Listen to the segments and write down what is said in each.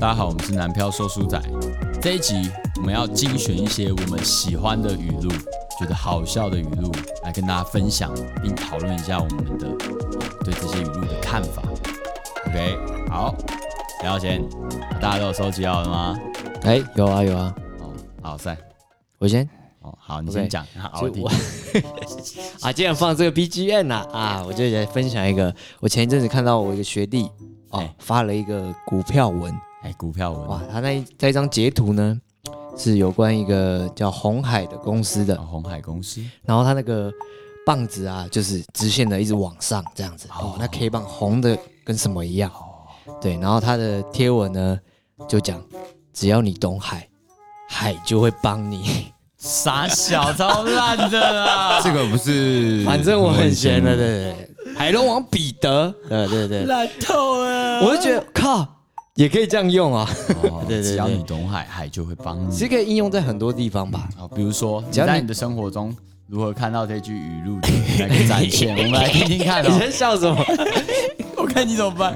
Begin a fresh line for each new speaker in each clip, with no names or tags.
大家好，我们是南漂说书仔。这一集我们要精选一些我们喜欢的语录，觉得好笑的语录，来跟大家分享，并讨论一下我们的对这些语录的看法。OK，好，不要钱，大家都有收集好了吗？
哎、有啊有啊，
哦，好，赛，
我先
哦，好，你
OK，
先讲，好，我
就
听
我。啊，既然放这个 BGM 啊啊，我就来分享一个，我前一阵子看到我一个学弟哦
哎
发了一个股票文，
哎，股票文，
哇，他那一那一张截图呢是有关一个叫红海的公司的
哦，，红海公司，
然后他那个棒子啊就是直线的一直往上这样子，哦，那 K 棒红的跟什么一样，对，然后他的贴文呢就讲，只要你懂海，海就会帮你。
傻小，超烂的啦，
这个不是，
反正 我很闲了，对对对，海龙王彼得，对对对，
烂透了。
呃我就觉得靠，也可以这样用啊，
哦
对对对
只要你懂海，海就会帮
其
你。
实可以应用在很多地方吧。
好，比如说你
只要你
在你的生活中如何看到这句语录的那个展 现，我们来听听看
你
哦。嗯
在笑什么？
我看你怎么办，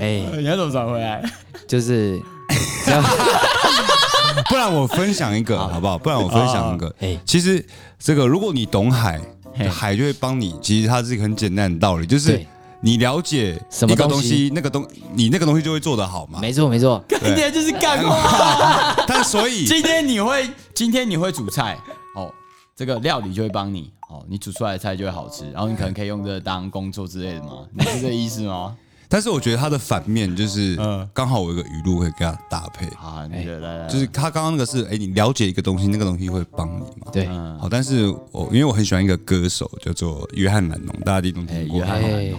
哎，
你要怎么转回来？
就是，只要
不然我分享一个好不好？不然我分享一个
哎。
其实这个，如果你懂海
嘿，
海就会帮你。其实它是一个很简单的道理，就是
对
你了解
什么
一个
东
东
西
西，那个东你那个东西就会做得好嘛。
没错没错，
今天就是干话。
但所以
今天你会，今天你会煮菜哦，这个料理就会帮你哦，你煮出来的菜就会好吃，然后你可能可以用这个当工作之类的 吗？你是这意思吗？
但是我觉得它的反面就是
嗯，
刚好我有一个语录会跟它搭配，
好，啊你的来来，
就是他刚刚那个是，哎，你了解一个东西，那个东西会帮你嘛。
对，
嗯，
好，但是我因为我很喜欢一个歌手叫做约翰·兰农，大家一定都
哎，
听过
约
他。
翰
哎，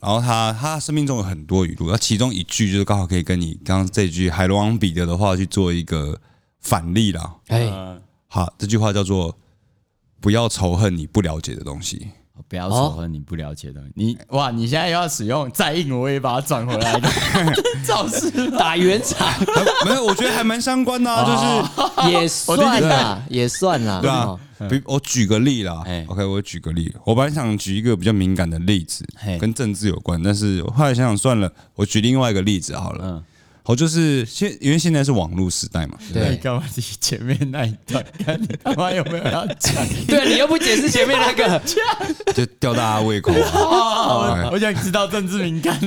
然后他他生命中有很多语录，那其中一句就是刚好可以跟你刚刚这句海龙王彼得的话去做一个反例啦。
哎，
嗯，
好，这句话叫做“不要仇恨你不了解的东西
哦不要仇恨你不了解的东西。你哇，你现在又要使用再硬，我也把它转回来的，造势。
打圆场”，
没有，我觉得还蛮相关的、啊，就是
也算啦，也算啦，
对
哦
啊。比我举个例啦
哎
，OK，我举个例，我本来想举一个比较敏感的例子
嘿，
跟政治有关，但是我后来想想算了，我举另外一个例子好了。
嗯，
好，就是现因为现在是网络时代嘛，对不对
那
对
你干嘛自己前面那一段？看你他妈有没有要 讲？
对，啊你又不解释前面那个，
就吊大家胃口啊。
哦，我想知道政治敏感。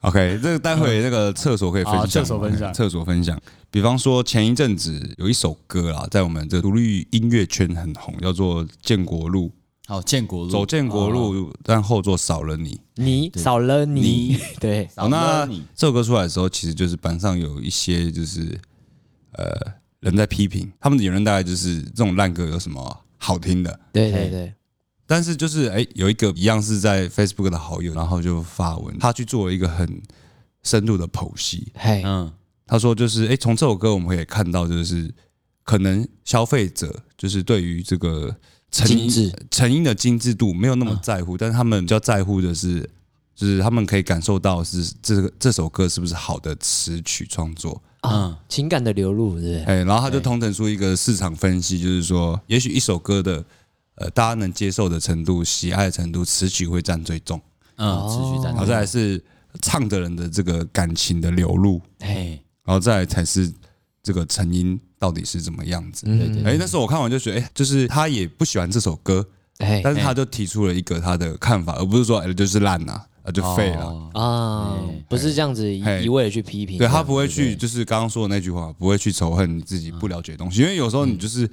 OK，这个待会那个厕所可以分
啊
享，
厕所分享
厕所分享。比方说前一阵子有一首歌啦，在我们这个独立音乐圈很红，叫做《建国路
好，建国》，
走建国路，
啊
但后座少了你。 哦
你少了你，对，
少了
那
你
这首歌出来的时候，其实就是班上有一些就是呃人在批评，他们的言论大概就是这种烂歌有什么好听的，
对对对，
但是就是哎、有一个一样是在 Facebook 的好友，然后就发文，他去做了一个很深度的剖析。
嘿，
嗯，
他说就是，哎，从这首歌我们可以看到，就是可能消费者就是对于这个成
精致嗯
因成因的精致度没有那么在乎，但是他们比较在乎的是，就是他们可以感受到是这个这首歌是不是好的词曲创作。
啊，情感的流露，对不对？
哎，然后他就通整出一个市场分析，就是说，也许一首歌的呃大家能接受的程度、喜爱的程度，词曲会占最重，
嗯，持续战
然后再来是唱的人的这个感情的流露。
哎，
然后再来才是这个成因到底是怎么样子。
嗯，对
哎、那时候我看完就觉得，哎、就是他也不喜欢这首歌，
哎
但是他就提出了一个他的看法，而不是说，哎、就是烂呐、啊，就废了。
哦
啊，不是这样子
嘿
一一味的去批评，
对他不会去，就是刚刚说的那句话，不会去仇恨你自己不了解的东西，因为有时候你就是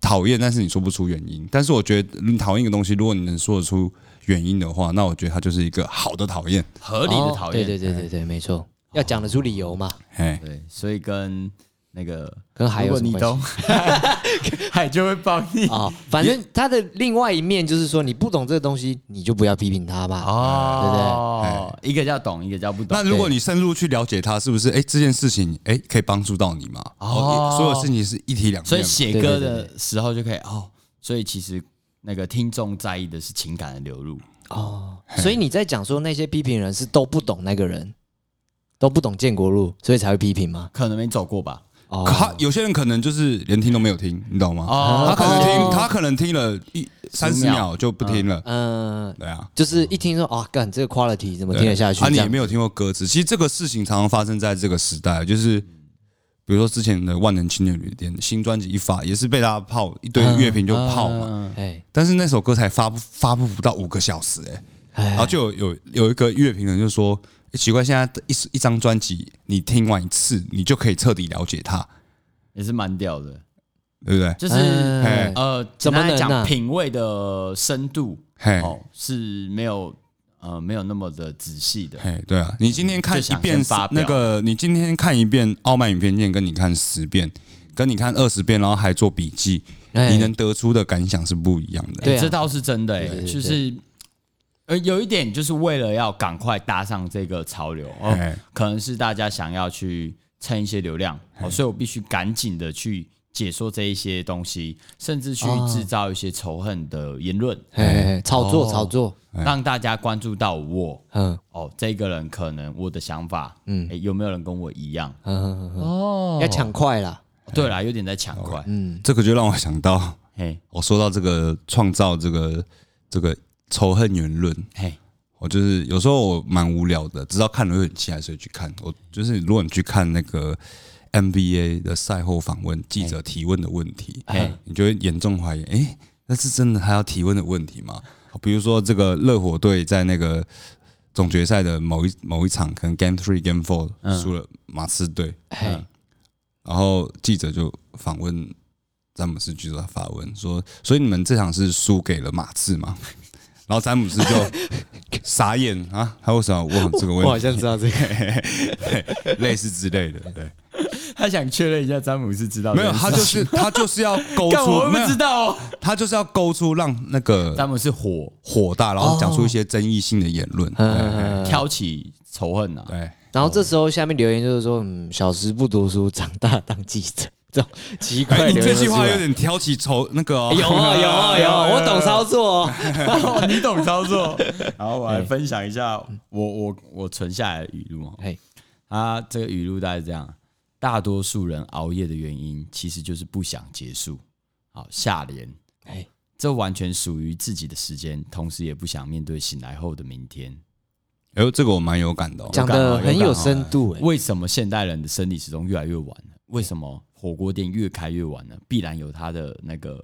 讨厌，但是你说不出原因。但是我觉得你讨厌一个东西，如果你能说得出原因的话，那我觉得它就是一个好的讨厌。
合
合
理的讨厌，
哦对对对对对，没错，要讲得出理由嘛，
哎，
对，所以跟那个
跟海
如
有
果
什么
你
关系？
懂， 海就会帮你
啊、反正他的另外一面就是说，你不懂这个东西，你就不要批评他嘛。
哦
哦，对不对？一个叫懂，一个叫不懂
那。如果你深入去了解它，是不是？哎、这件事情，哎、可以帮助到你嘛？
哦
哦，所有事情是一体两面嘛。
所以写歌的时候就可以哦，所以其实那个听众在意的是情感的流露，
哦，所以你在讲说那些批评人是都不懂那个人，都不懂建国路，所以才会批评吗？
可能没走过吧。
哦
他有些人可能就是连听都没有听，你懂吗？
哦
他可能
哦
听，他可能听了一三十
秒
秒就不听了，
嗯，
对啊。
就是一听说啊，干这个 quality 怎么
对
听得下去？这
啊，你也
样
没有听过歌词。其实这个事情常常发生在这个时代，就是比如说之前的万能青年旅店新专辑一发，也是被大家泡一堆乐评就泡嘛。
嗯
哎
但是那首歌才发布发布不到五个小时、欸，
哎
然后就有有有一个乐评人就说、欸奇怪，现在一一张专辑你听完一次，你就可以彻底了解它，
也是蛮屌的，
对不对？
就是
哎
呃，
怎么
简单来
能啊哎
讲品味的深度
嘿，
哦是没有呃没有那么的仔细
哎
的，哎
嘿，对啊，你今天看
就
一
想
遍
先发表
那个，你今天看一遍《傲慢与偏见》，跟你看十遍，跟你看二十遍，然后还做笔记，
哎
你能得出的感想是不一样的。
对啊
这倒是真的、欸，
对对对
就是呃，有一点就是为了要赶快搭上这个潮流，哦
哎，
可能是大家想要去蹭一些流量，
哎
哦，所以我必须赶紧的去解说这一些东西，甚至去
哦
制造一些仇恨的言论，
哎哎炒
哦
作炒作，
让大家关注到我。
哎嗯
哦，这个人可能我的想法，嗯，有没有人跟我一样？
嗯嗯嗯，
哦
嗯，要抢快啦，
对啦，有点在抢快，
嗯，
这个就让我想到，
嘿，
我说到这个创造这个这个仇恨言论，
嘿，
我就是有时候我蛮无聊的，直到看了会很期待，所以去看。我就是如果你去看那个 NBA 的赛后访问，记者提问的问题
哎，
你就会严重怀疑，诶，那是真的他要提问的问题吗？比如说这个热火队在那个总决赛的某一某一场，可能 Game Three、Game Four
嗯
输了马刺队，
哎
然后记者就访问詹姆斯，记者发问说：“所以你们这场是输给了马刺吗？” 然后詹姆斯就傻眼啊，他为什么要问这个
我好
问
像知道这个，
题，类似之类的？对，
他想确认一下詹姆斯知道
没有，
这件
他
事
就是他就是要勾
干我
出，
会不
没有
知，道哦，
他就是要勾出让那个
詹姆斯火
火大，然后讲出一些争议性的言论。对
嗯，
挑起仇恨啊 呐、
对，
然后这时候下面留言就是说，嗯，小时不读书，长大当记者，这种奇怪
哎，
的
你
留
这
言
句
出
话有
来。
点挑起仇那 个哦
有啊有啊有啊，我懂操作哦。
你懂操作。 然后我来分享一下我我我存下来的语录哦。
嘿，
啊，这个语录大概是这样：大多数人熬夜的原因其实就是不想结束。好，下联，
哎，
这完全属于自己的时间，同时也不想面对醒来后的明天。
哎呦，这个我蛮有感的哦。
讲
有感
的
哦
很
有
有
感哦
深度哎。
为什么现代人的生理时钟越来越晚呢？为什么火锅店越开越晚呢？必然有它的那个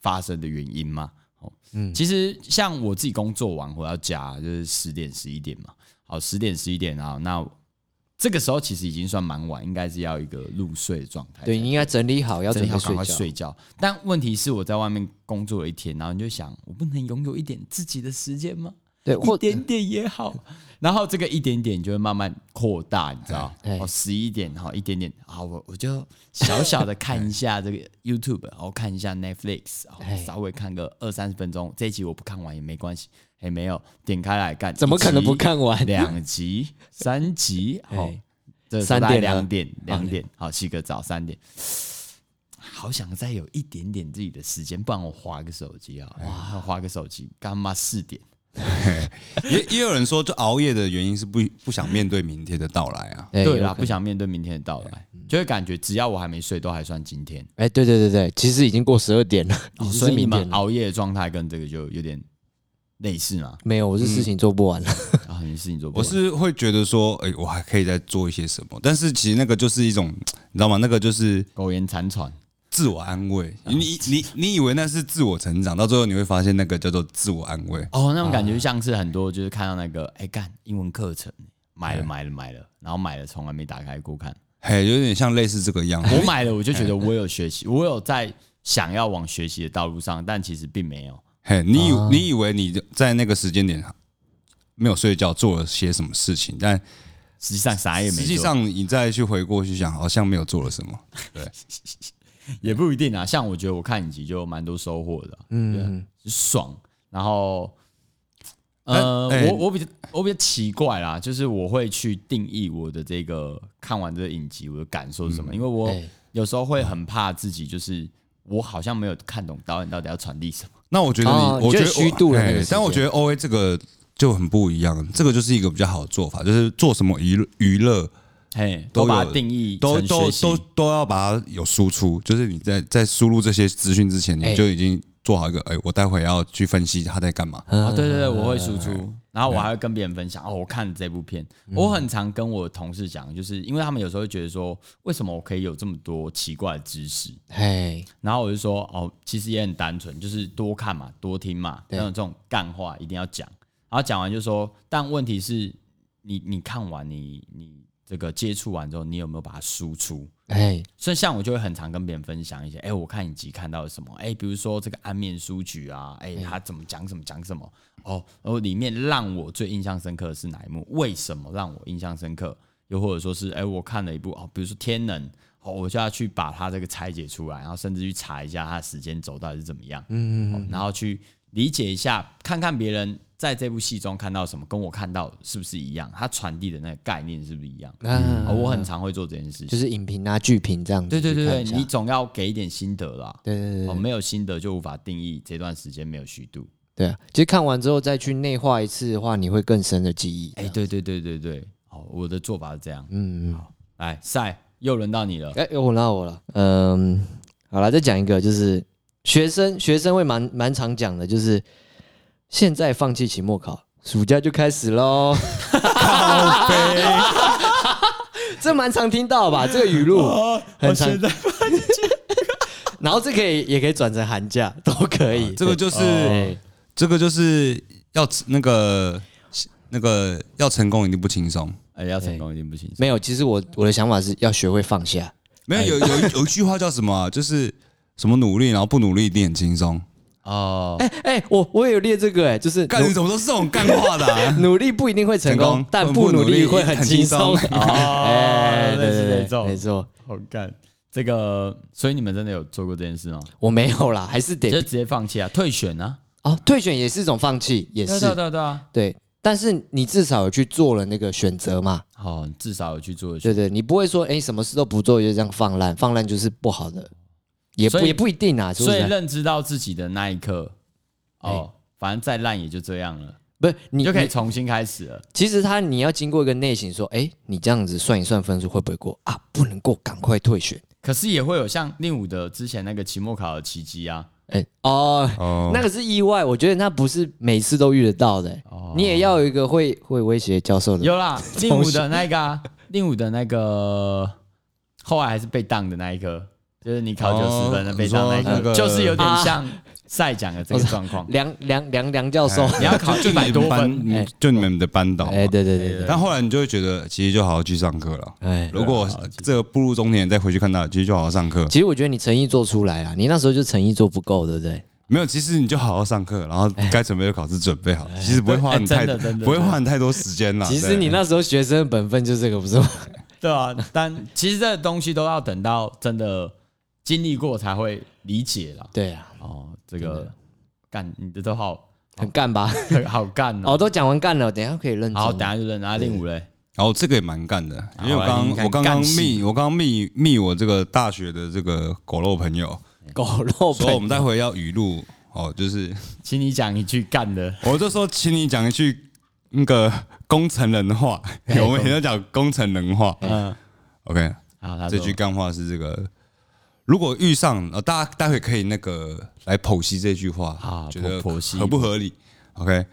发生的原因嘛。哦，
嗯
其实像我自己工作完回到家就是十点十一点嘛，好，十点十一点啊，那这个时候其实已经算蛮晚，应该是要一个入睡的状态。
哎对，你应该整理好，要
真
准
的
备
要赶快
睡觉。
睡觉。但问题是我在外面工作了一天，然后你就想，我不能拥有一点自己的时间吗？
对，
一
或
点点也好。然后这个一点点就会慢慢扩大，你知道
哎？
哦，十一点哈，一点点啊，好我我就小小的看一下 这个 YouTube，然后看一下 Netflix，然后
哎
稍微看个二三十分钟。这一集我不看完也没关系，哎，没有点开来看，
怎么可能
一集
不看完
两集、三集？好
哎，
这
三
大概
点了
两点，两点，好，洗个澡，三点。好想再有一点点自己的时间，不然我划个手机啊，
哎
哇，划个手机，干嘛四点？
也也有人说，就熬夜的原因是不不想面对明天的到来啊。
哎
对
有
啦，
可
不想面对明天的到来，就会感觉只要我还没睡，都还算今天。
哎，对对对对，其实已经过十二点了，已
哦
经
所
是
以你
明
们
天了。
熬夜的状态跟这个就有点类似
。
嘛
没有，我是事情做不完了。
啊，你事情做不
我
完
是会觉得说，哎、我还可以再做一些什么，但是其实那个就是一种，你知道吗？那个就是
苟延残喘，
啊
自我安慰。你你你以为那是自我成长，到最后你会发现那个叫做自我安慰。
哦，那种感觉就像是很多就是看到那个哎干英文课程买
哎
了买了买了，然后买了从来没打开过看。
嘿，有点像类似这个样子。
我买了，我就觉得我有学习，我有在想要往学习的道路上，但其实并没有。
嘿，你以、
啊
你以为你在那个时间点没有睡觉，做了些什么事情，但
实际上啥也没做，
实际上你再去回过去想，好像没有做了什么。
也不一定啊。像我觉得我看影集就蛮多收获的啊、
嗯，
爽，然后。
但
呃，
哎
我我比较我比较奇怪啦，就是我会去定义我的这个看完这个影集我的感受是
嗯
什么，因为我
哎
有时候会很怕自己，就是我好像没有看懂导演到底要传递什么。
那我觉得你，
哦你
我
觉
觉
得
得
虚度了
我
那个
嘿
时间
但我觉得 O A 这个就很不一样，这个就是一个比较好的做法，就是做什么娱乐娱乐
嘿，
都
都
有
把它定义
都
成
都
学习
都都要把它有输出，就是你在在输入这些资讯之前，
哎
你就已经做好一个，哎，我待会要去分析他在干嘛。
啊，对对对，我会输出，然后我还会跟别人分享哦，我看这部片，我很常跟我同事讲，就是因为他们有时候会觉得说，为什么我可以有这么多奇怪的知识？
嘿，
然后我就说哦，其实也很单纯，就是多看嘛，多听嘛，
对
那种这种干话一定要讲。然后讲完就说，但问题是，你你看完你你这个接触完之后，你有没有把它输出？
嘿，
所以像我就会很常跟别人分享一些，哎、我看影集看到了什么，哎、比如说这个安眠书局啊，哎、他怎么讲什么讲什么，哦，然后里面让我最印象深刻的是哪一幕？为什么让我印象深刻？又或者说是，哎、我看了一部哦，比如说《天能》，哦，我就要去把它这个拆解出来，然后甚至去查一下它的时间轴到底是怎么样，嗯然后去理解一下，看看别人在这部戏中看到什么，跟我看到是不是一样，他传递的那个概念是不是一样？
那
哦，我很常会做这件事情
就。是影评啊、剧评这样子。
对对对对，
去看一
你
下
总要给一点心得啦。
对对对
哦，没有心得就无法定义这段时间没有虚度。
对啊，其实看完之后再去内化一次的话，你会更深的记忆。
哎，对对对对对，哦，我的做法是这样。
嗯，嗯
来，赛又轮到你 了。
哎，我到我了。嗯，好了，再讲一个，就是学生学生会蛮蛮常讲的，就是现在放弃期末考，暑假就开始喽。 哎 这蛮常听到吧？这个语录很常。 然后这可以也可以转成寒假，都可以。
哦这个就是、
哎
这个就是要那个那个要成功一定不轻松。
哎，要成功一定不行。
没有，其实我我的想法是要学会放下。
没
哎
有有有有一句话叫什么啊、就是什么努力，然后不努力一定很轻松。
哦，
哎、哎、我我也有列这个哎、就是？
干你怎么都是这种干话的、啊
努力不一定会成功，
成功
但不努力会很轻松。哎
哦，类似这
对对对，没
种，
错，
好干。这个，所以你们真的有做过这件事吗？
我没有啦，还是
就
得
直接放弃啊，退选啊？
哦，退选也是一种放弃，也
对
是
啊对啊对啊对啊。
对。但是你至少有去做了那个选择嘛？
好，你啊哦至少有去做一
对对，你不会说哎什么事都不做就这样放烂，放烂就是不好的，也不
所以
也不一定啊。是不哎
所以
是？
认知到自己的那一刻，哦，反正再烂也就这样了，
不是
你
你
就可以
你
重新开始了。
其实他你要经过一个内省，说哎你这样子算一算分数会不会过啊？不能过，赶快退选。
可是也会有像令武的之前那个期末考的奇迹啊，
哎哦，
哦，
那个是意外，我觉得那不是每次都遇得到的、你也要有一个会会威胁教授的。
哦有 啦，令武的那个、啊，令武的那个，后来还是被当的那一科，就是你考九
哦
十分的被当那一
你说那
科，
个
就是有点像赛讲的这个状 况。
梁梁梁梁教授，
你要考
就
一
你
百
们
多
班
分，，哎
你就你们的班导嘛。
哎，对对对对，
但后来你就会觉得，其实就好好去上课了。
哎，
啊
如果这个步入中年再回去看到，其实就好好上课。
其实我觉得你诚意做出来了，啊你那时候就诚意做不够，对不对？
没有，其实你就好好上课，然后该准备的考试准备好。其实不会花你
哎
太
真的真的
不会花你太多时间啦。
其实你
对
那时候学生的本分就这个，不是吗？
对啊，但其实这东西都要等到真的经历过才会理解啦。
对啊，
哦，这个干你的都好
很干吧？
很好干哦。
哦，都讲完干了，等一下可以认
好，
真
等。下就认，然后令武嘞，
然后这个也蛮干的，因为我
好来
刚
你看
我刚刚
干事
密我刚刚密密我这个大学的这个狗肉朋友，
狗肉
说我
本
们待会要语录哦，就是
请你讲一句干的。
我就说，请你讲一句那个工程人的话，
哎
我们也在讲工程人话。
嗯，
OK，
好，他
这
说
句干话是这个。如果遇上呃，大家待会可以那个来剖析这句话
啊
觉得
剖剖析
合不合理？OK，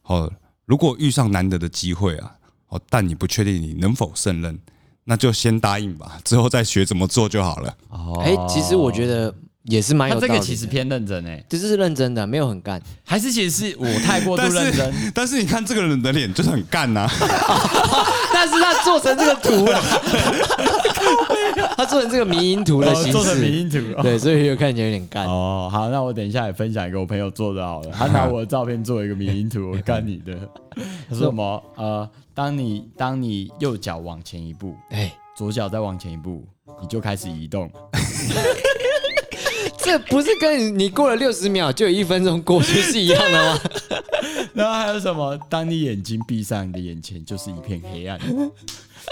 好，如果遇上难得的机会啊，哦，但你不确定你能否胜任，那就先答应吧，之后再学怎么做就好了。
哦
哎，其实我觉得也是蛮有
他
道
这个
理的。
其实偏认真诶，
这是认真的，没有很干。
还是其实是我太过度
但
认真，
是 但是你看这个人的脸就是很干啊 呐、
但是他做成这个图 了，他做成这个迷因图的
哦
形
做成迷
式，
因图。
对，所以又看起来有点干。
哦，好，那我等一下也分享一个我朋友做的好了，他拿我的照片做一个迷因图，我干你 的。他说什么？呃，当你当你右脚往前一步，
哎，
左脚再往前一步，你就开始移动。
这不是跟你过了六十秒就有一分钟过去是一样 的吗？
然后还有什么？当你眼睛闭上，你的眼前就是一片黑暗，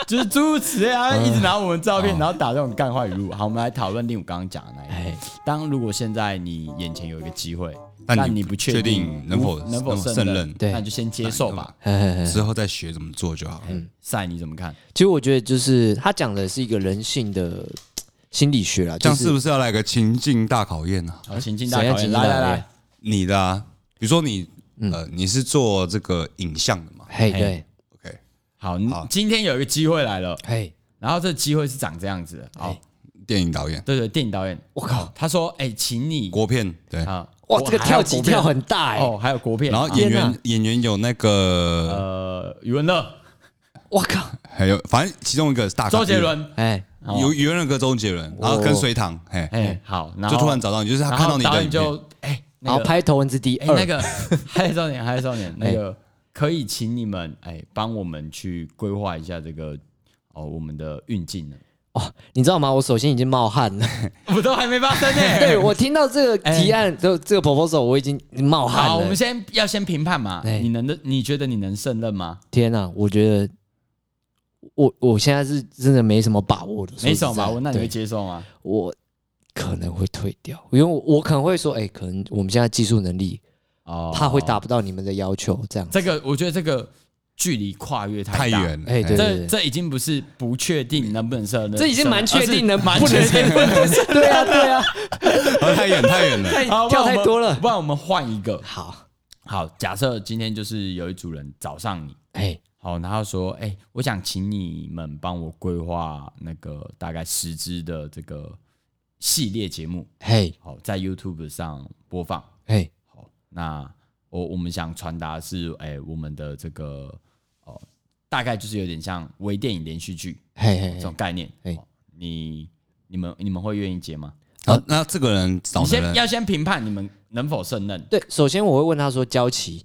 就是诸如此类啊！一直拿我们照片，然后打这种干话语录。好，我们来讨论令武刚刚讲的那一个。
哎，
当如果现在你眼前有一个机会，但
但
你不确
确定能否
能否
胜任，
对
那你就先接受吧。
嘿嘿嘿
之后再学怎么做就好了。
赛你怎么看？
其实我觉得就是他讲的是一个人性的心理学啦，
这
就
样
是
是不是要来个情境大考验呢？
好，情境大
谁要
考验，
情境
来
大
来
考验
来，
你的啊，比如说你
嗯
呃，你是做这个影像的嘛
嘿
嘿
对
？OK，
好，你
好
今天有一个机会来了，
嘿
然后这机会是长这样子的。好，
电影导演，
对对，电影导演，我靠，他说，哎，请你
国片对，
啊，
哇
我
这个
还
跳
有
级
国片
跳很大哎，
哦，还有国片，
然后
啊
演
天
员
哪
演员有那个
呃，余文乐、
啊我欸靠
还有，反正其中一个是大咖
周杰，伦，哦
哎
有有那个周杰伦，然后跟隋唐，嘿，
哎，好，然后
就突然找到你，就是他
然
看到
后
你
导
的
演
影片
就哎，那
然后
个
拍头文字 D
哎
二哎
那个嗨少年嗨少年那个可以请你们哎帮我们去规划一下这个哦我们的运镜呢，
哦，你知道吗？我首先已经冒汗了，
我都还没发生呢。
对我听到这个提案就这个 proposal 我已经冒汗了。
哎好，我们先要先评判嘛，
哎
你能的你觉得你能胜任吗？
天啊，我觉得我我现在是真的没什么把握的，
没什么把
吧？
握，那你会
对
接受吗？
我可能会退掉，因为我我可能会说，哎、可能我们现在技术能力
哦，
怕会达不到你们的要求，这样。
这个，我觉得这个距离跨越
太
大。
远，
哎对
这这已经不是不确定能不能胜任，
这已经蛮确定
的，
的，
蛮
不能
确定
对啊，对啊，
哎太远太 远了。
太
好不然
跳
我们
太多了。
不然我们换一个。
好，
好，假设今天就是有一组人找上你，
哎、
好，然后说，哎、我想请你们帮我规划那个大概十支的这个系列节目，
嘿，
好，在 YouTube 上播放。
嘿，
好，那我我们想传达是，哎、我们的这个哦、大概就是有点像微电影连续剧
嘿嘿
这
嘿，
种概念。
哎
哦你你们你们会愿意接吗？
好，那这个人找
你
的
先
人，
要先评判你们能否胜任。
对，首先我会问他说交期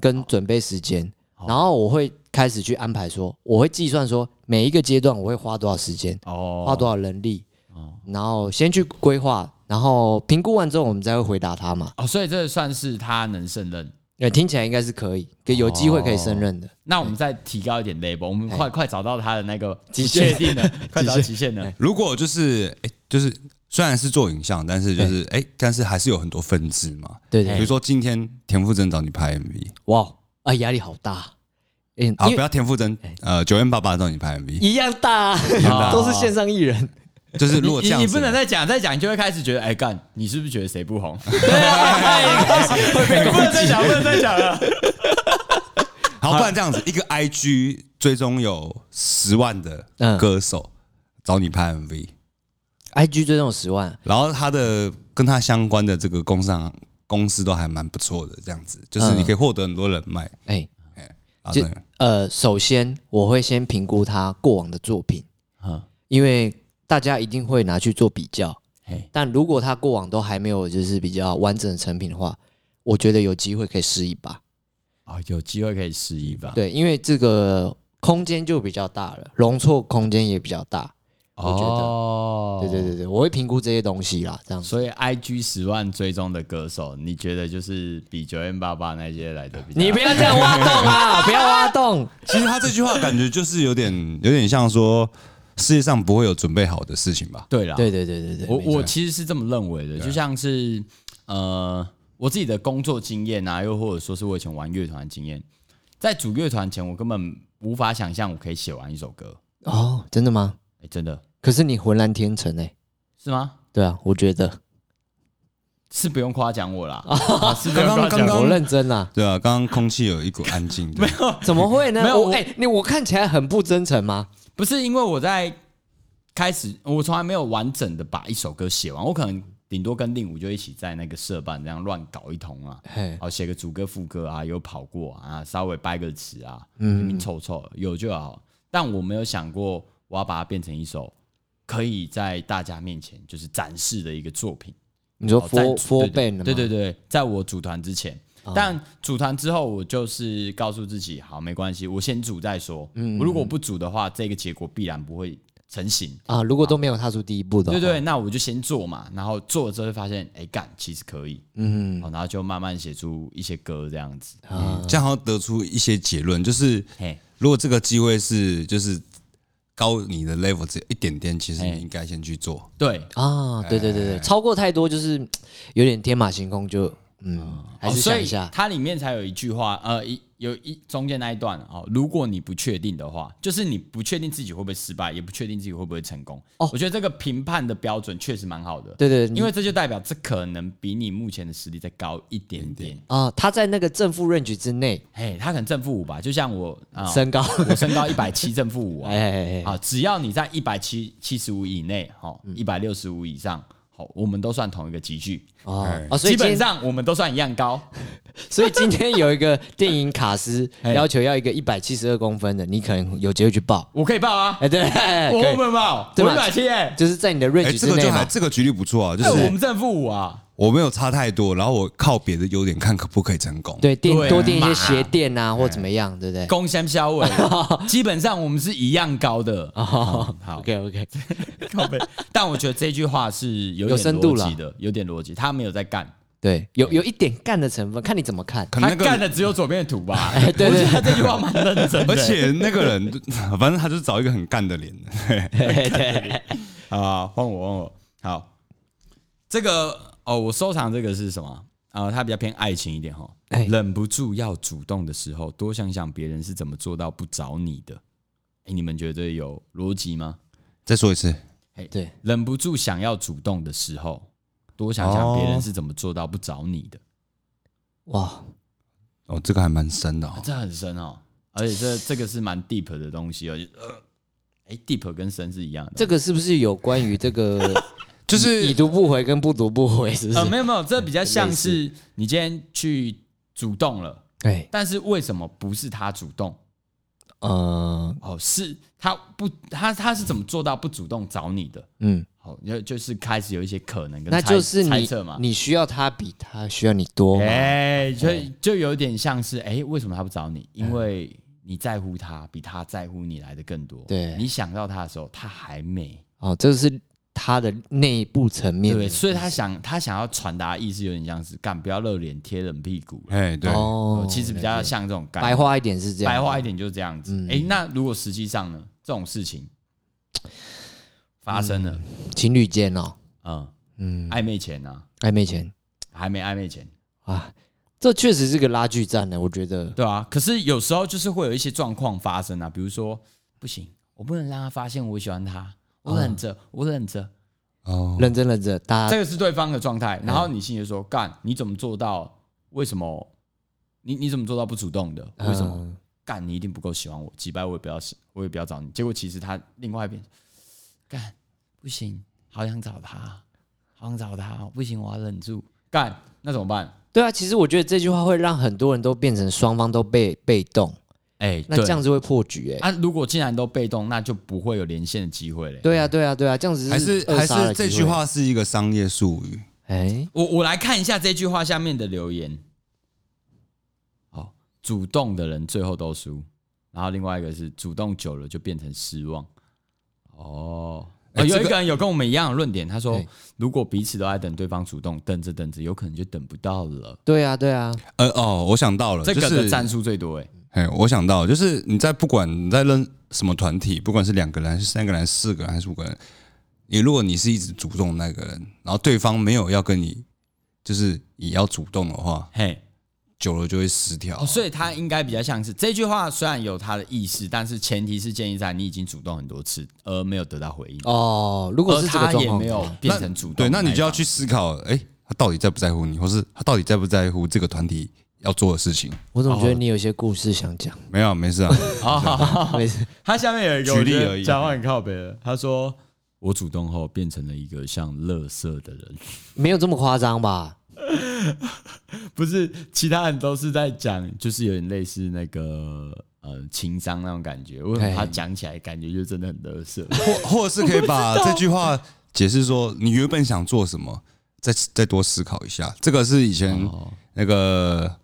跟准备时间，然后我会开始去安排说，我会计算说每一个阶段我会花多少时间，
哦，
花多少人力，然后先去规划，然后评估完之后我们再会回答他嘛。
哦，所以这算是他能胜任。
对，听起来应该是可以，给有机会可以胜任的。
那我们再提高一点 label，我们
哎
快快找到他的那个
极
不
限
确定的，快找到极限的。
如果就是哎，就是虽然是做影像，但是就是哎，但是还是有很多分支嘛。
对
比
对
如
对，
说今天田馥甄找你拍 MV，
哇，啊，压力好大，嗯，
好，
因
不
为
要田馥甄，
哎
呃，九元爸爸找你拍 MV，
一样大啊，
大
都是线上艺人，
就是
你
如果这
你
样
你
子
不能
的，
再讲，再讲你就会开始觉得，哎干，你是不是觉得谁不 红？啊
会被
你不能再讲，不能再讲了。
好，不然这样子，一个 IG 追踪有十万的
嗯
歌手找你拍 MV，
IG 追踪十万，
然后他的跟他相关的这个工商公司都还蛮不错的，这样子就是你可以获得很多人脉
哎，
啊。
就
对
呃，首先我会先评估他过往的作品，
嗯
因为大家一定会拿去做比较
嘿。
但如果他过往都还没有就是比较完整的成品的话，我觉得有机会可以试一把。
哦，有机会可以试一把。
对，因为这个空间就比较大了，容错空间也比较大。我觉得
哦
对对对对，我会评估这些东西啦，这样子。
所以 IG 十万追踪的歌手，你觉得就是比九零八八那些来的比较？
你不要这样挖洞啊！ 不要挖洞。
其实他这句话感觉就是有点有点像说世界上不会有准备好的事情吧？
对啦，
对对对对对，
我我其实是这么认为
啊
的，就像是呃我自己的工作经验啊，又或者说是我以前玩乐团的经验，在组乐团前，我根本无法想象我可以写完一首歌。
哦，真的吗？
哎、真的
可是你浑然天成哎、
是吗？
对啊，我觉得
是不用夸奖我 啦，啊是不用
刚
夸
刚
奖
刚
我。
我认真啦，
对啊，刚刚空气有一股安静，对
怎么会 呢？
没有
我
我
哎、你我看起来很不真诚吗？
不是因为我在开始，我从来没有完整的把一首歌写完，我可能顶多跟令武就一起在那个社办这样乱搞一通啊，
嘿，
好写个主歌副歌啊，有跑过啊，稍微掰个词啊，
嗯
拼拼凑凑有就好。但我没有想过我要把它变成一首可以在大家面前就是展示的一个作品。
你说
哦在
four four
对对
band 的吗哦
对对对，在我组团之前，但组团之后，我就是告诉自己，好，没关系，我先组再说。
嗯
我如果不组的话，这个结果必然不会成型。
啊，如果都没有踏出第一步的，
对，对，那我就先做嘛，然后做了之后就发现，哎，干，其实可以，嗯，好，然后就慢慢写出一些歌这样子，
嗯这样好像得出一些结论，就是
嘿，
如果这个机会是就是高你的 level 只有一点点，其实你应该先去做。
对，哎
啊，对对对对，超过太多就是有点天马行空就嗯，还
哦，
是
所
想
以
一下。
它里面才有一句话，呃，一有一中间那一段哦，如果你不确定的话，就是你不确定自己会不会失败，也不确定自己会不会成功。
哦
我觉得这个评判的标准确实蛮好的，
对对，你
因为这就代表这可能比你目前的实力再高一点点。
啊，他在那个正负 range 之内，
嘿，他可能正负五吧，就像我啊，
身高，
我身高一百七， 正负五啊
哎，哎哎哎，
啊，只要你在一百七七十五以内，好，
嗯
一百六十五以上，好，我们都算同一个集距，
哦
哎
哦，所以
基
今
本
天，
上我们都算一样高。
所以今天有一个电影 卡司
哎
要求要一个一百七十二公分的，你可能有机会去报。
我可以报啊，
哎，对，
我
可
我
以
们报，
对
我
吧
一百七哎，
就是在你的
哎，
range
这
之
个
内
就还
嘛。
这个举例不错啊，就
哎我
是
们正负五啊，
我没有差太多，然后我靠别的优点看可不可以成功。
对，垫
对啊
多垫一些鞋垫啊，或怎么样，对不对
攻相消尾，基本上我们是一样高的。哦，好，
？OK OK，
靠背。但我觉得这句话是有
有
点
深度
逻
啦
辑的，有点逻辑，他没有在干。
对，有有一点干的成分，看你怎么看。
可能
他
那个
干的只有左边的图吧？
哎对对
我觉得他这句话蛮认真的。
而且那个人， 反正他就找一个很干的脸。
啊，换我，换我。好，这个哦，我收藏这个是什么？啊、它比较偏爱情一点哈。
哎
忍不住要主动的时候，多想想别人是怎么做到不找你的。哎，你们觉得有逻辑吗？
再说一次，
对，
忍不住想要主动的时候，多想想别人是怎么做到不找你的。
哇，
哦，这个还蛮深的、哦
啊、。这很深哦，而且这这个是蛮 deep 的东西哦。就呃哎，deep 跟深是一样的。
这个是不是有关于 这个
就是
已读不回跟不读不回？是不
呃，
是？
没有没有，这比较像是你今天去主动了。
哎，
但是为什么不是他主动？
呃，
哦，是他不，他他是怎么做到不主动找你的？
嗯，
好，就就是开始有一些可能跟
那
猜
就是
猜
你
测嘛。
你需要他比他需要你多嘛？
哎、所以就有点像是哎、为什么他不找你？因为你在乎他，比他在乎你来的更多。
对
你想到他的时候，他还没。
哦，这是他的内部层面的
对，所以他想他想要传达的意思有点像是干不要热脸贴冷屁股。
哎，对，
哦
哦，，其实比较像这种感觉
白话一点是这样，
白话一点就是这样子。
嗯
哎、那如果实际上呢，这种事情发生了，
情侣间哦，
嗯，
嗯，
暧昧前啊，
暧昧前
还没暧昧前，
啊，这确实是个拉锯战呢，我觉得。
对啊。可是有时候就是会有一些状况发生啊，比如说不行，我不能让他发现我喜欢他，
哦
我忍着，我忍着，
哦，
认真认真，大
这
家
个是对方的状
嗯
态。然后你心里就说，干，你怎么做到？为什么？你你怎么做到不主动的？为什么？
嗯
干，你一定不够喜欢我，几百我也不要，我也不要找你。结果其实他另外一边，干不行，好想找他，好想找他，哦不行，我要忍住。干，那怎么办？
对啊，其实我觉得这句话会让很多人都变成双方都被被动，
哎、
那
对
这样子会破局哎。
啊，如果既然都被动，那就不会有连线的机会嘞。
对啊，对啊，对啊，这样子
还是
扼
还
杀
是
了机会
这句，话是一个商业术语。
哎，
我我来看一下这句话下面的留言。好，主动的人最后都输，然后另外一个是主动久了就变成失望。哦，
哎
呃有一
这个哎
个人有跟我们一样的论点，他说
对
如果彼此都在等对方主动，等着等着，有可能就等不到了。
对啊，对啊，
呃，哦，我想到了，
这个
就
的
是
战术最多哎、
哎，我想到就是你在不管你在认什么团体，不管是两个人还是三个人、还是四个人还是五个人，你如果你是一直主动那个人，然后对方没有要跟你，就是也要主动的话，
嘿，
久了就会失调。啊
哦，所以他应该比较像是这句话，虽然有他的意思，但是前提是建议在你已经主动很多次，而没有得到回应。
哦，如果
而
是这
他
个状
也
况
没有
的
变成主动的
对，那
一
你就要
方
去思考，哎，他到底在不在乎你，或是他到底在不在乎这个团体要做的事情？
话，我总觉得你有些故事想讲，
没有，没事啊。
啊。
没事，
他下面有一个
举
我
例
觉得
而已
讲话很靠北的，他说我主动后变成了一个像垃圾的人，
没有这么夸张吧？
不是其他人都是在讲，就是有点类似那个呃情商那种感觉。为什么他
哎
讲起来感觉就真的很垃圾？
或或者是可以把这句话解释说，你原本想做什么，再再多思考一下。这个是以前
哦
那个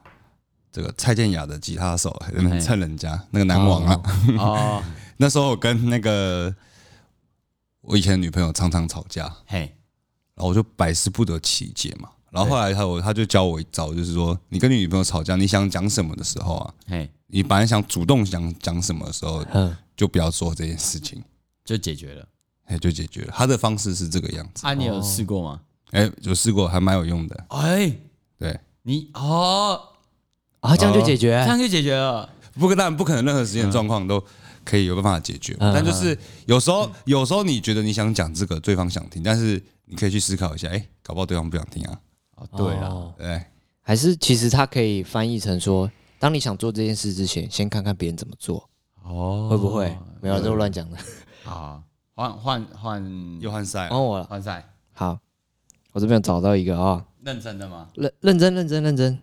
这个蔡健雅的吉他手还在那边蹭人家那个男王啊。
哦，
那时候我跟那个我以前的女朋友常常吵架，
嘿，
然后我就百思不得其解嘛。然后后来他我他就教我一招，就是说你跟你女朋友吵架，你想讲什么的时候啊，
嘿，
你本来想主动想讲什么的时候，
嗯，
就不要做这件事情，
就解决了。
哎，就解决了。他的方式是这个样子。
啊，你有试过吗？
哎、有试过，还蛮有用的。
哎，
对，
你哦，
啊，这样就
哦
解决
这。样就解决了。
不可，当然不可能，任何时间的状况都可以有办法解决。但就是有时候，有时候你觉得你想讲这个，对方想听，但是你可以去思考一下，哎，搞不好对方不想听啊。
哦，对啊，
哦
对，
还是其实它可以翻译成说，当你想做这件事之前，先看看别人怎么做，
哦，
会不会？没有，这是乱讲的。
好，换换换
约翰塞
换我了，
换赛，
好，我这边有找到一个啊、
认真的吗？
认认真认真认真。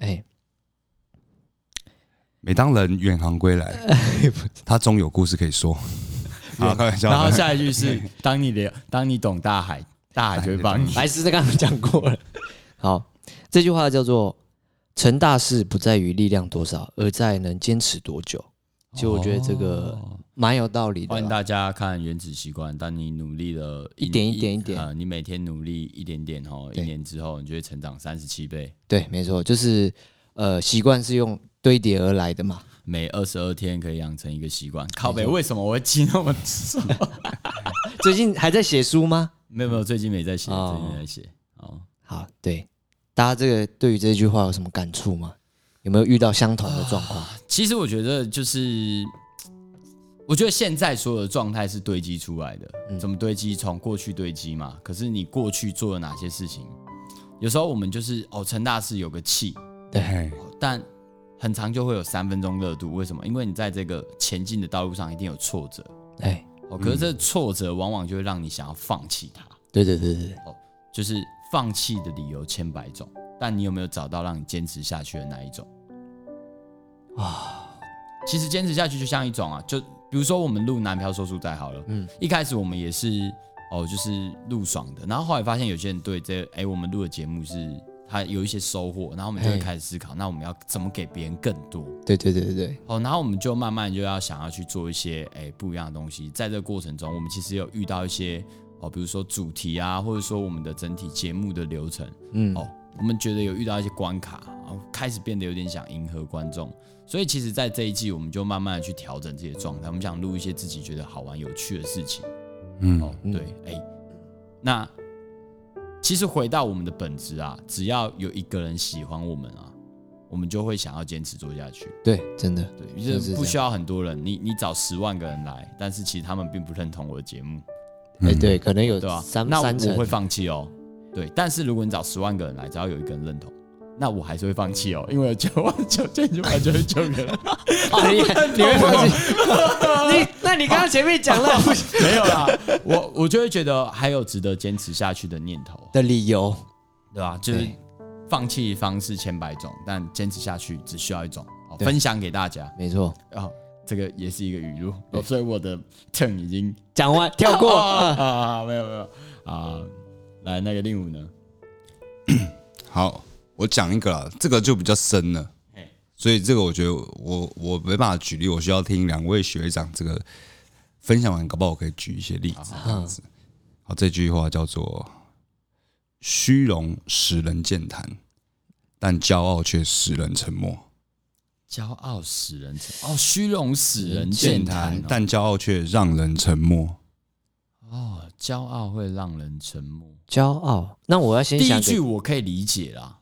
哎、
每当人远航 归来，他终有故事可以说。好，开玩笑。
然后下一句是： 当你了，当你懂大海，大海就会帮你。
白痴，这刚刚讲过了。好，这句话叫做“成大事不在于力量多少，而在能坚持多久”。其实我觉得这个
哦
蛮有道理的
欢迎
啦。
大家看《原子习惯》，当你努力了
一点一点一点
呃，你每天努力一点点哦，一
对
年之后你就会成长三十七倍，
对，没错，就是呃，习惯是用堆叠而来的嘛。
每二十二天可以养成一个习惯。靠北，为什么我会记那么少？
最近还在写书吗？
没有没有，最近没在写，
哦
最近没在写。哦，
好，对，大家这个对于这句话有什么感触吗？有没有遇到相同的状况？
其实我觉得就是，我觉得现在所有的状态是堆积出来的。怎么堆积？从过去堆积嘛。可是你过去做了哪些事情？有时候我们就是哦，成大事有个气，
哎
但很长就会有三分钟热度。为什么？因为你在这个前进的道路上一定有挫折。
哎、
哦，可是这挫折往往就会让你想要放弃它，
对对对对对，
就是放弃的理由千百种，但你有没有找到让你坚持下去的那一种？啊，其实坚持下去就像一种啊，就比如说我们录南漂说书仔好了，嗯，一开始我们也是哦，就是录爽的，然后后来发现有些人对这哎、我们录的节目是他有一些收获，然后我们就会
嘿
开始思考，那我们要怎么给别人更多？
对对对对对，
哦，然后我们就慢慢就要想要去做一些诶不一样的东西。在这个过程中，我们其实有遇到一些哦，比如说主题啊，或者说我们的整体节目的流程，
嗯，
哦，我们觉得有遇到一些关卡，然后开始变得有点想迎合观众。所以其实，在这一季，我们就慢慢的去调整自己的状态，我们想录一些自己觉得好玩、有趣的事情。
嗯，
哦，对，哎、那其实回到我们的本质啊，只要有一个人喜欢我们啊，我们就会想要坚持做下去。
对，真的，
对，就
就是
是
这
不
样
需要很多人，你你找十万个人来，但是其实他们并不认同我的节目，
嗯
哎、对，可能有
对吧、啊
三
那我
三
我
成
会，放弃哦。对，但是如果你找十万个人来，只要有一个人认同，那我还是会放弃哦，因为有 九万九千九百九十九个人，
哦， 你你会 放弃？你那你刚刚前面讲了
没有啦，我我就会觉得还有值得坚持下去的念头，
的理由，
对吧、就是
对
放弃方式千百种，但坚持下去只需要一种，哦、
对
分享给大家
没错，
哦。这个也是一个语录，哦、所以我的 turn 已经
讲完 跳过。
啊
啊
啊，没有没有啊，来那个令武呢？
好，我讲一个啦，这个就比较深了
嘿。
所以这个我觉得我我没办法举例，我需要听两位学长这个分享完，搞不好我可以举一些例子。
嗯
这样子，好，这句话叫做“虚荣使人健谈，但骄傲却使人沉默。
骄傲使人沉哦，虚荣使人健谈哦，
但骄傲却让人沉默。
哦，骄傲会让人沉默。
骄傲，那我要先
第
想
一
个
句我可以理解啦，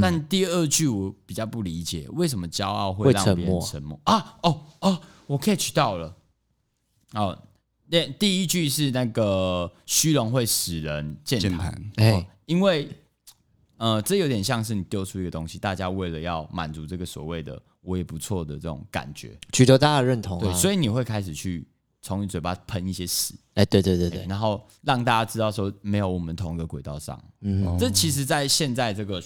但第二句我比较不理解，为什么骄傲会
会
让
沉
别人
默
沉默啊？哦哦，我 catch 到了。哦，那第一句是那个虚荣会使人健
健
谈，
谈，
哎、
哦因为呃，这有点像是你丢出一个东西，大家为了要满足这个所谓的“我也不错”的这种感觉，
取得大家的认同、啊，
对，所
以
以你会开始去从你嘴巴喷一些屎，
哎、对对对对，
然后让大家知道说没有我们同一个轨道上。
嗯，
这其实，在现在这个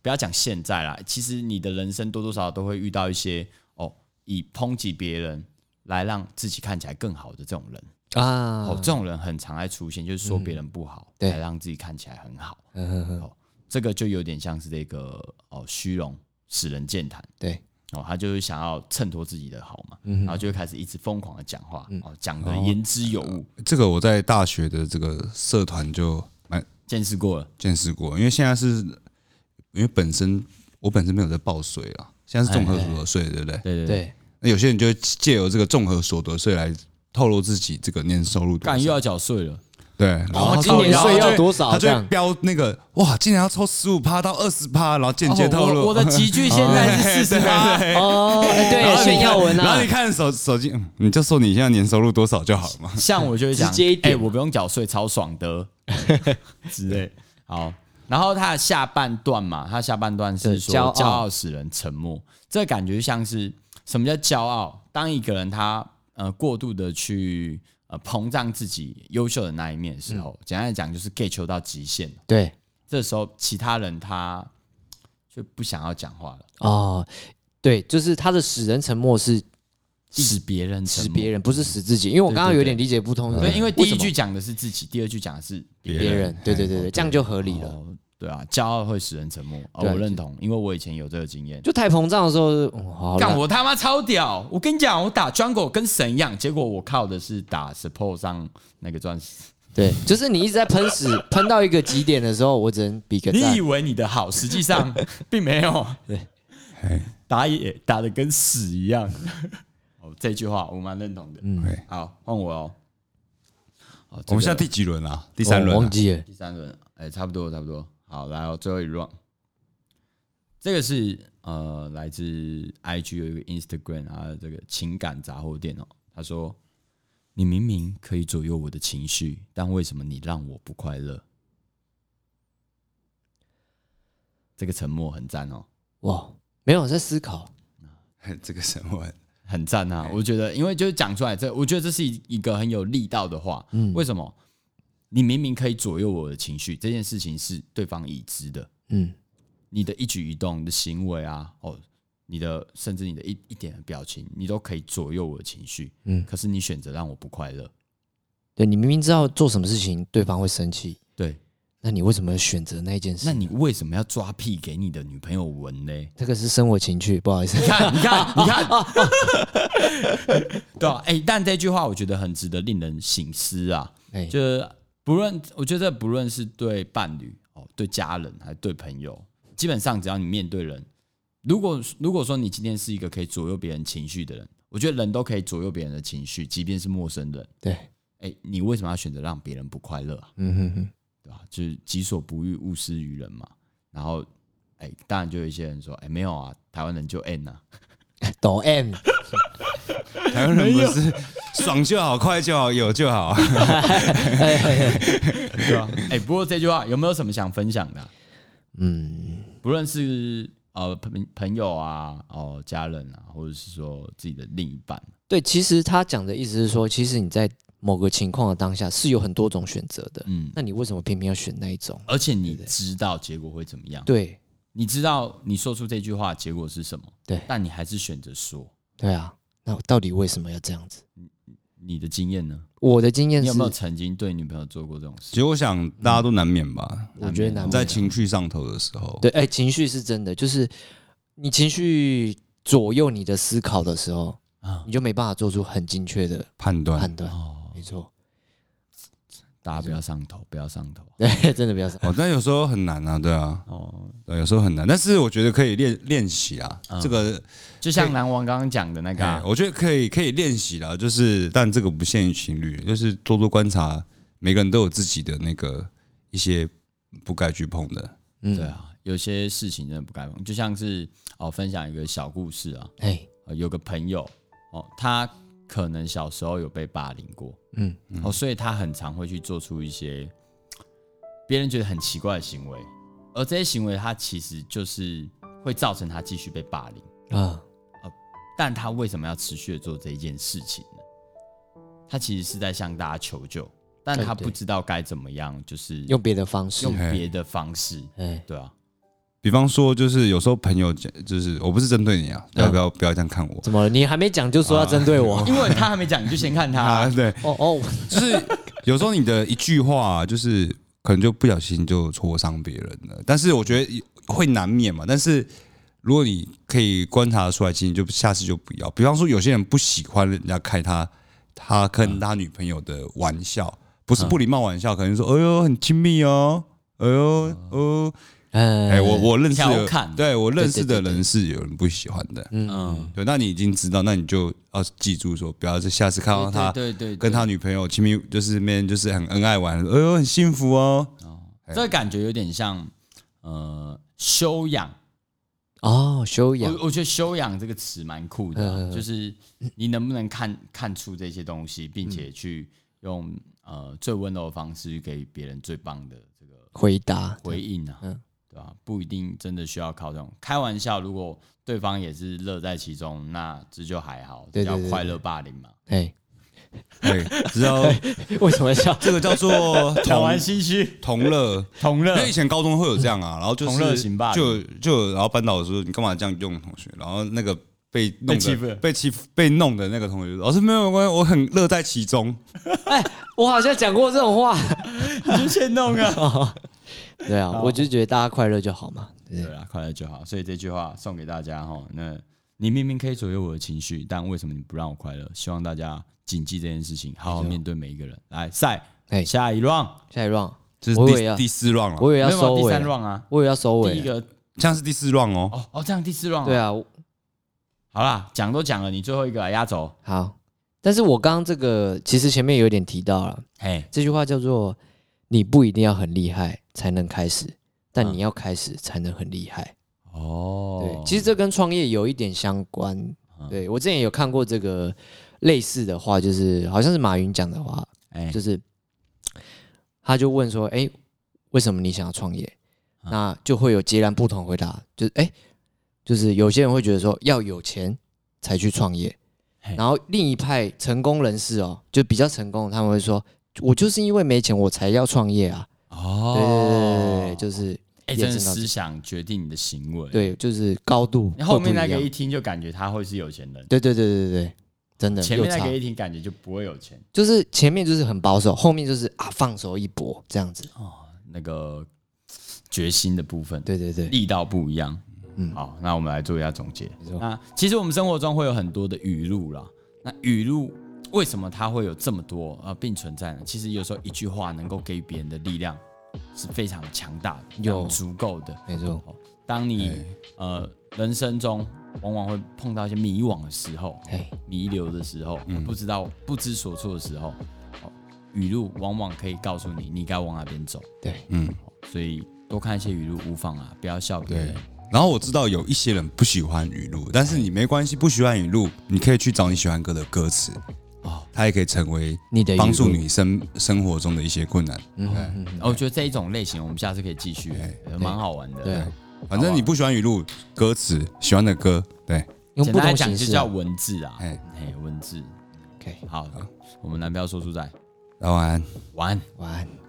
不要讲现在啦，其实你的人生多多少少都会遇到一些哦，以抨击别人来让自己看起来更好的这种人。
啊，
哦，这种人很常爱出现，就是说别人不好，
嗯对
来让自己看起来很好。
嗯哼哼
哦，这个就有点像是这个哦虚荣使人健谈
对，
哦，他就是想要衬托自己的好嘛，然后就会开始一直疯狂的讲话，嗯哦，讲的言之有物，
这个我在大学的这个社团就蛮
见识过了，
见识过，因为现在是，因为本身我本身没有在报税啦，现在是综合所得税，对不对？
对对对，
哎对，
那有些人就会借由这个综合所得税来透露自己这个年收入多
干又
少，
要缴税了，
对，然
哦
后
今年
然后
税
他
要
就
多少
他就
这
会
样？
标那个哇，竟然要抽十五趴到二十趴，然后间接透露
哦我我的集聚现在 是四十 八，
哦，哎对，
然后你
炫耀文
然后
啊
你，看手手机，嗯你就说你现在年收入多少就好了嘛。
像我就会讲，
直接一
哎、
点
我不用缴税，超爽 的之类。好，然后他的下半段嘛，他下半段是
对
说
骄傲
骄傲使人沉默，这感觉就像是什么叫骄傲？当一个人他呃过度的去呃膨胀自己优秀的那一面的时候，
嗯
简单来讲就是 get 求到极限了。
对
这时候其他人他就不想要讲话了，
哦，对，就是他的使人沉默是
使别人沉
使
默
别。人，不是使自己，因为我刚刚有点理解不通，
对，因为第
为什
一
么
句讲的是自己，第二句讲的是别哎
别人，对对对对，这样就合理了。
哦，对啊，骄傲会使人沉默，哦、
对啊
我认同，因为我以前有这个经验。
就太膨胀的时候，哦好
干
啦
我他妈超屌！我跟你讲，我打 Jungle 跟神一样，结果我靠的是打 Support 上那个钻石。
对，就是你一直在喷屎， 喷到一个极点的时候，我只能比个
你
赞
以。为你的好，实际上并没有。对，打野打的跟屎一样。哦，这句话我蛮认同的。嗯
对，
好，换我哦。哦
我们现在
这个
第几轮啊？第三
我
轮啊、
哦忘记了，
第三轮，哎、差不多，差不多。好，来哦，最后一 round。这个是呃，来自 IG 有一个 Instagram 啊，这个情感杂货店哦。他说：“你明明可以左右我的情绪，但为什么你让我不快乐？”这个沉默很赞哦，
哇，没有我在思考，
这个什么？
很赞啊！我觉得，因为就是讲出来这，我觉得这是一一个很有力道的话。嗯，为什么？你明明可以左右我的情绪，这件事情是对方已知的，
嗯，
你的一举一动、你的行为啊，哦，你的甚至你的一一点的表情，你都可以左右我的情绪。嗯，
嗯
可是你选择让我不快乐，
对你明明知道做什么事情对方会生气，
对，
那你为什么选择那一件事？
那你为什么要抓屁给你的女朋友闻呢？
这个是生活情趣，不好 意思。
你看，你看，你看，对啊，哎、但这句话我觉得很值得令人醒思啊。
哎，
就是不论，我觉得不论是对伴侣哦、对家人还是对朋友，基本上只要你面对人，如果如果说你今天是一个可以左右别人情绪的人，我觉得人都可以左右别人的情绪，即便是陌生人。
对，
哎、你为什么要选择让别人不快乐啊？
嗯 哼哼，
对吧、就是己所不欲，勿施于人嘛。然后，哎、当然就有一些人说，哎、没有啊，台湾人就 N 啊，
抖 M，
台湾人不是爽就好，快就好，有就好。
对吧、哎、不过这句话有没有什么想分享的啊、
嗯，
不论是呃朋朋友啊，哦家人啊，或者是说自己的另一半，啊
对，其实他讲的意思是说，其实你在某个情况的当下是有很多种选择的，
嗯，
那你为什么偏偏要选那一种？
而且你知道结果会怎么样，
对，
你知道你说出这句话结果是什么，
对
但你还是选择说，
对啊，那我到底为什么要这样子？
你的经验呢？
我的经验
你
是
有，没有曾经对女朋友做过这种事？
其实我想大家都难免吧，
我觉得难免
在情绪上头的时候，
嗯对，哎、情绪是真的，就是你情绪左右你的思考的时候，
啊
你就没办法做出很精确的
判断
判断。
嗯哦，
没错，
大家不要上头，不要上头
对，真的不要
哦，但有时候很难啊，对啊，
哦。
对，有时候很难，但是我觉得可以练练习啊，这个
就像南王刚刚讲的那个
哎
啊，
我觉得可以可以练习啦，就是但这个不限于情侣，就是多多观察，每个人都有自己的那个一些不该去碰的。
嗯，
对，啊，有些事情真的不该碰，就像是哦，分享一个小故事啊，
哎、
呃有个朋友哦，他可能小时候有被霸凌过，
嗯，
哦，所以他很常会去做出一些别人觉得很奇怪的行为，而这些行为他其实就是会造成他继续被霸凌。
啊，
但他为什么要持续的做这一件事情呢？他其实是在向大家求救，但
对
他
对
不知道该怎么样，就是
用别的方式
用，别的方式，
哎、
对啊，
比方说，就是有时候朋友讲，就是我不是针对你啊，不要
嗯
不要不要这样看我
怎么了？你还没讲就说
啊
要针对 我？
因为他还没讲，你就先看
啊，
他，
对，
哦哦，
就是有时候你的一句话、就是可能就不小心就戳伤别人了。但是我觉得会难免嘛。但是如果你可以观察出来，其实你就下次就不要。比方说，有些人不喜欢人家开他他跟他女朋友的玩笑，不是不礼貌玩笑，可能说“哎呦，很亲密哦”，“哎呦，哦”，
嗯，
哎、我我认识
调
的
侃
对我认
对
识
对
的
对
人是有人不喜欢的，
嗯，
对，那你已经知道，那你就要记住说，不要是下次看到他
对对对对
跟他女朋友亲密，就是面就是很恩爱玩，哎呦很幸福 哦，
这个感觉有点像呃修养。
哦，修养
我我觉得“修养”这个词蛮酷的啊、
嗯嗯嗯嗯
就是你能不能看看出这些东西，并且去用呃最温柔的方式给别人最棒的这个
回答，
回应啊，
嗯
对吧、不一定真的需要靠这种开玩笑，如果对方也是乐在其中，那这就还好，
对对
叫
对
快乐霸凌嘛。
哎，
对，知道
为什么笑？
这个 叫做
讲
同
完心虚，
同乐。
同
因
乐
为以前高中会有这样啊，然后就
同乐
是
型霸凌
就就然后班导说你干嘛这样用同学，然后那个被弄
被欺负的
的被欺负被弄的那个同学说老师没有关系，我很乐在其中。
哎，我好像讲过这种话。
就先弄啊，
对啊，我就觉得大家快乐就好嘛。对
对啊，快乐就好。所以这句话送给大家哈，那你明明可以左右我的情绪，但为什么你不让我快乐？希望大家谨记这件事情，好好面对每一个人。来，赛
哎，
下一 round，
下一 round，
这
我以
是
为
第
要
第四 round 了，
我以为要
没有
收
没有第
尾
三
了，
round 啊，
我以为要收尾
第一
了。
个
这样是第四 round 哦。
哦哦，这样第四 round
对
啊，
啊，我
好啦，讲都讲了，你最后一个啊压轴，
好。但是我刚刚这个其实前面有点提到了，
哎，
这句话叫做“你不一定要很厉害才能开始，但
嗯
你要开始才能很厉害”
哦
对，，其实这跟创业有一点相关。
嗯
对我之前有看过这个类似的话，就是好像是马云讲的话，
哎，
就是他就问说：“哎、为什么你想要创业？”
嗯
那就会有截然不同的回答，就是哎、就是有些人会觉得说要有钱才去创业
嘿，
然后另一派成功人士哦，就比较成功，他们会说：“我就是因为没钱我才要创业啊。”对对对对
哦
对，，就是
哎，
延
真的
伸到
思想决定你的行为，，
对，就是高度
你后
会不
面
一
那个
样
一听就感觉他会是有钱人，
对对对对对对，真的
前
有
面那
差
个，一听感觉就不会有钱。
就是前面就是很保守，后面就是啊放手一搏这样子。
哦那个决心的部分，
对对对，
力道不一样。嗯，
嗯
好，那我们来做一下总结
错。
那其实我们生活中会有很多的语录啦，那语录为什么它会有这么多呃并存在呢？其实有时候一句话能够给予别人的力量是非常强大的，
有
有足够的。
没错，
哦当你呃人生中往往会碰到一些迷惘的时候，
哎，
弥留的时候，
嗯
不知道不知所措的时候，哦语录往往可以告诉你你该往哪边走。
对，
嗯，
所以多看一些语录无妨啊，不要笑别
对
人。。
然后我知道有一些人不喜欢语录，但是你没关系，不喜欢语录，你可以去找你喜欢歌的歌词，哦，它也可以成为
你的语录
帮助你生生活中的一些困难。
嗯，嗯
哦我觉得这一种类型，我们下次可以继续，呃蛮好玩的。
对啊，
反正你不喜欢语录，歌词喜欢的歌，对，
用
简
不
单来
同
讲
形
就
式
叫
啊。
文字啊，
哎，
哎，文字。
OK，
好，我们男票说书仔，
晚安。
晚安。
晚安。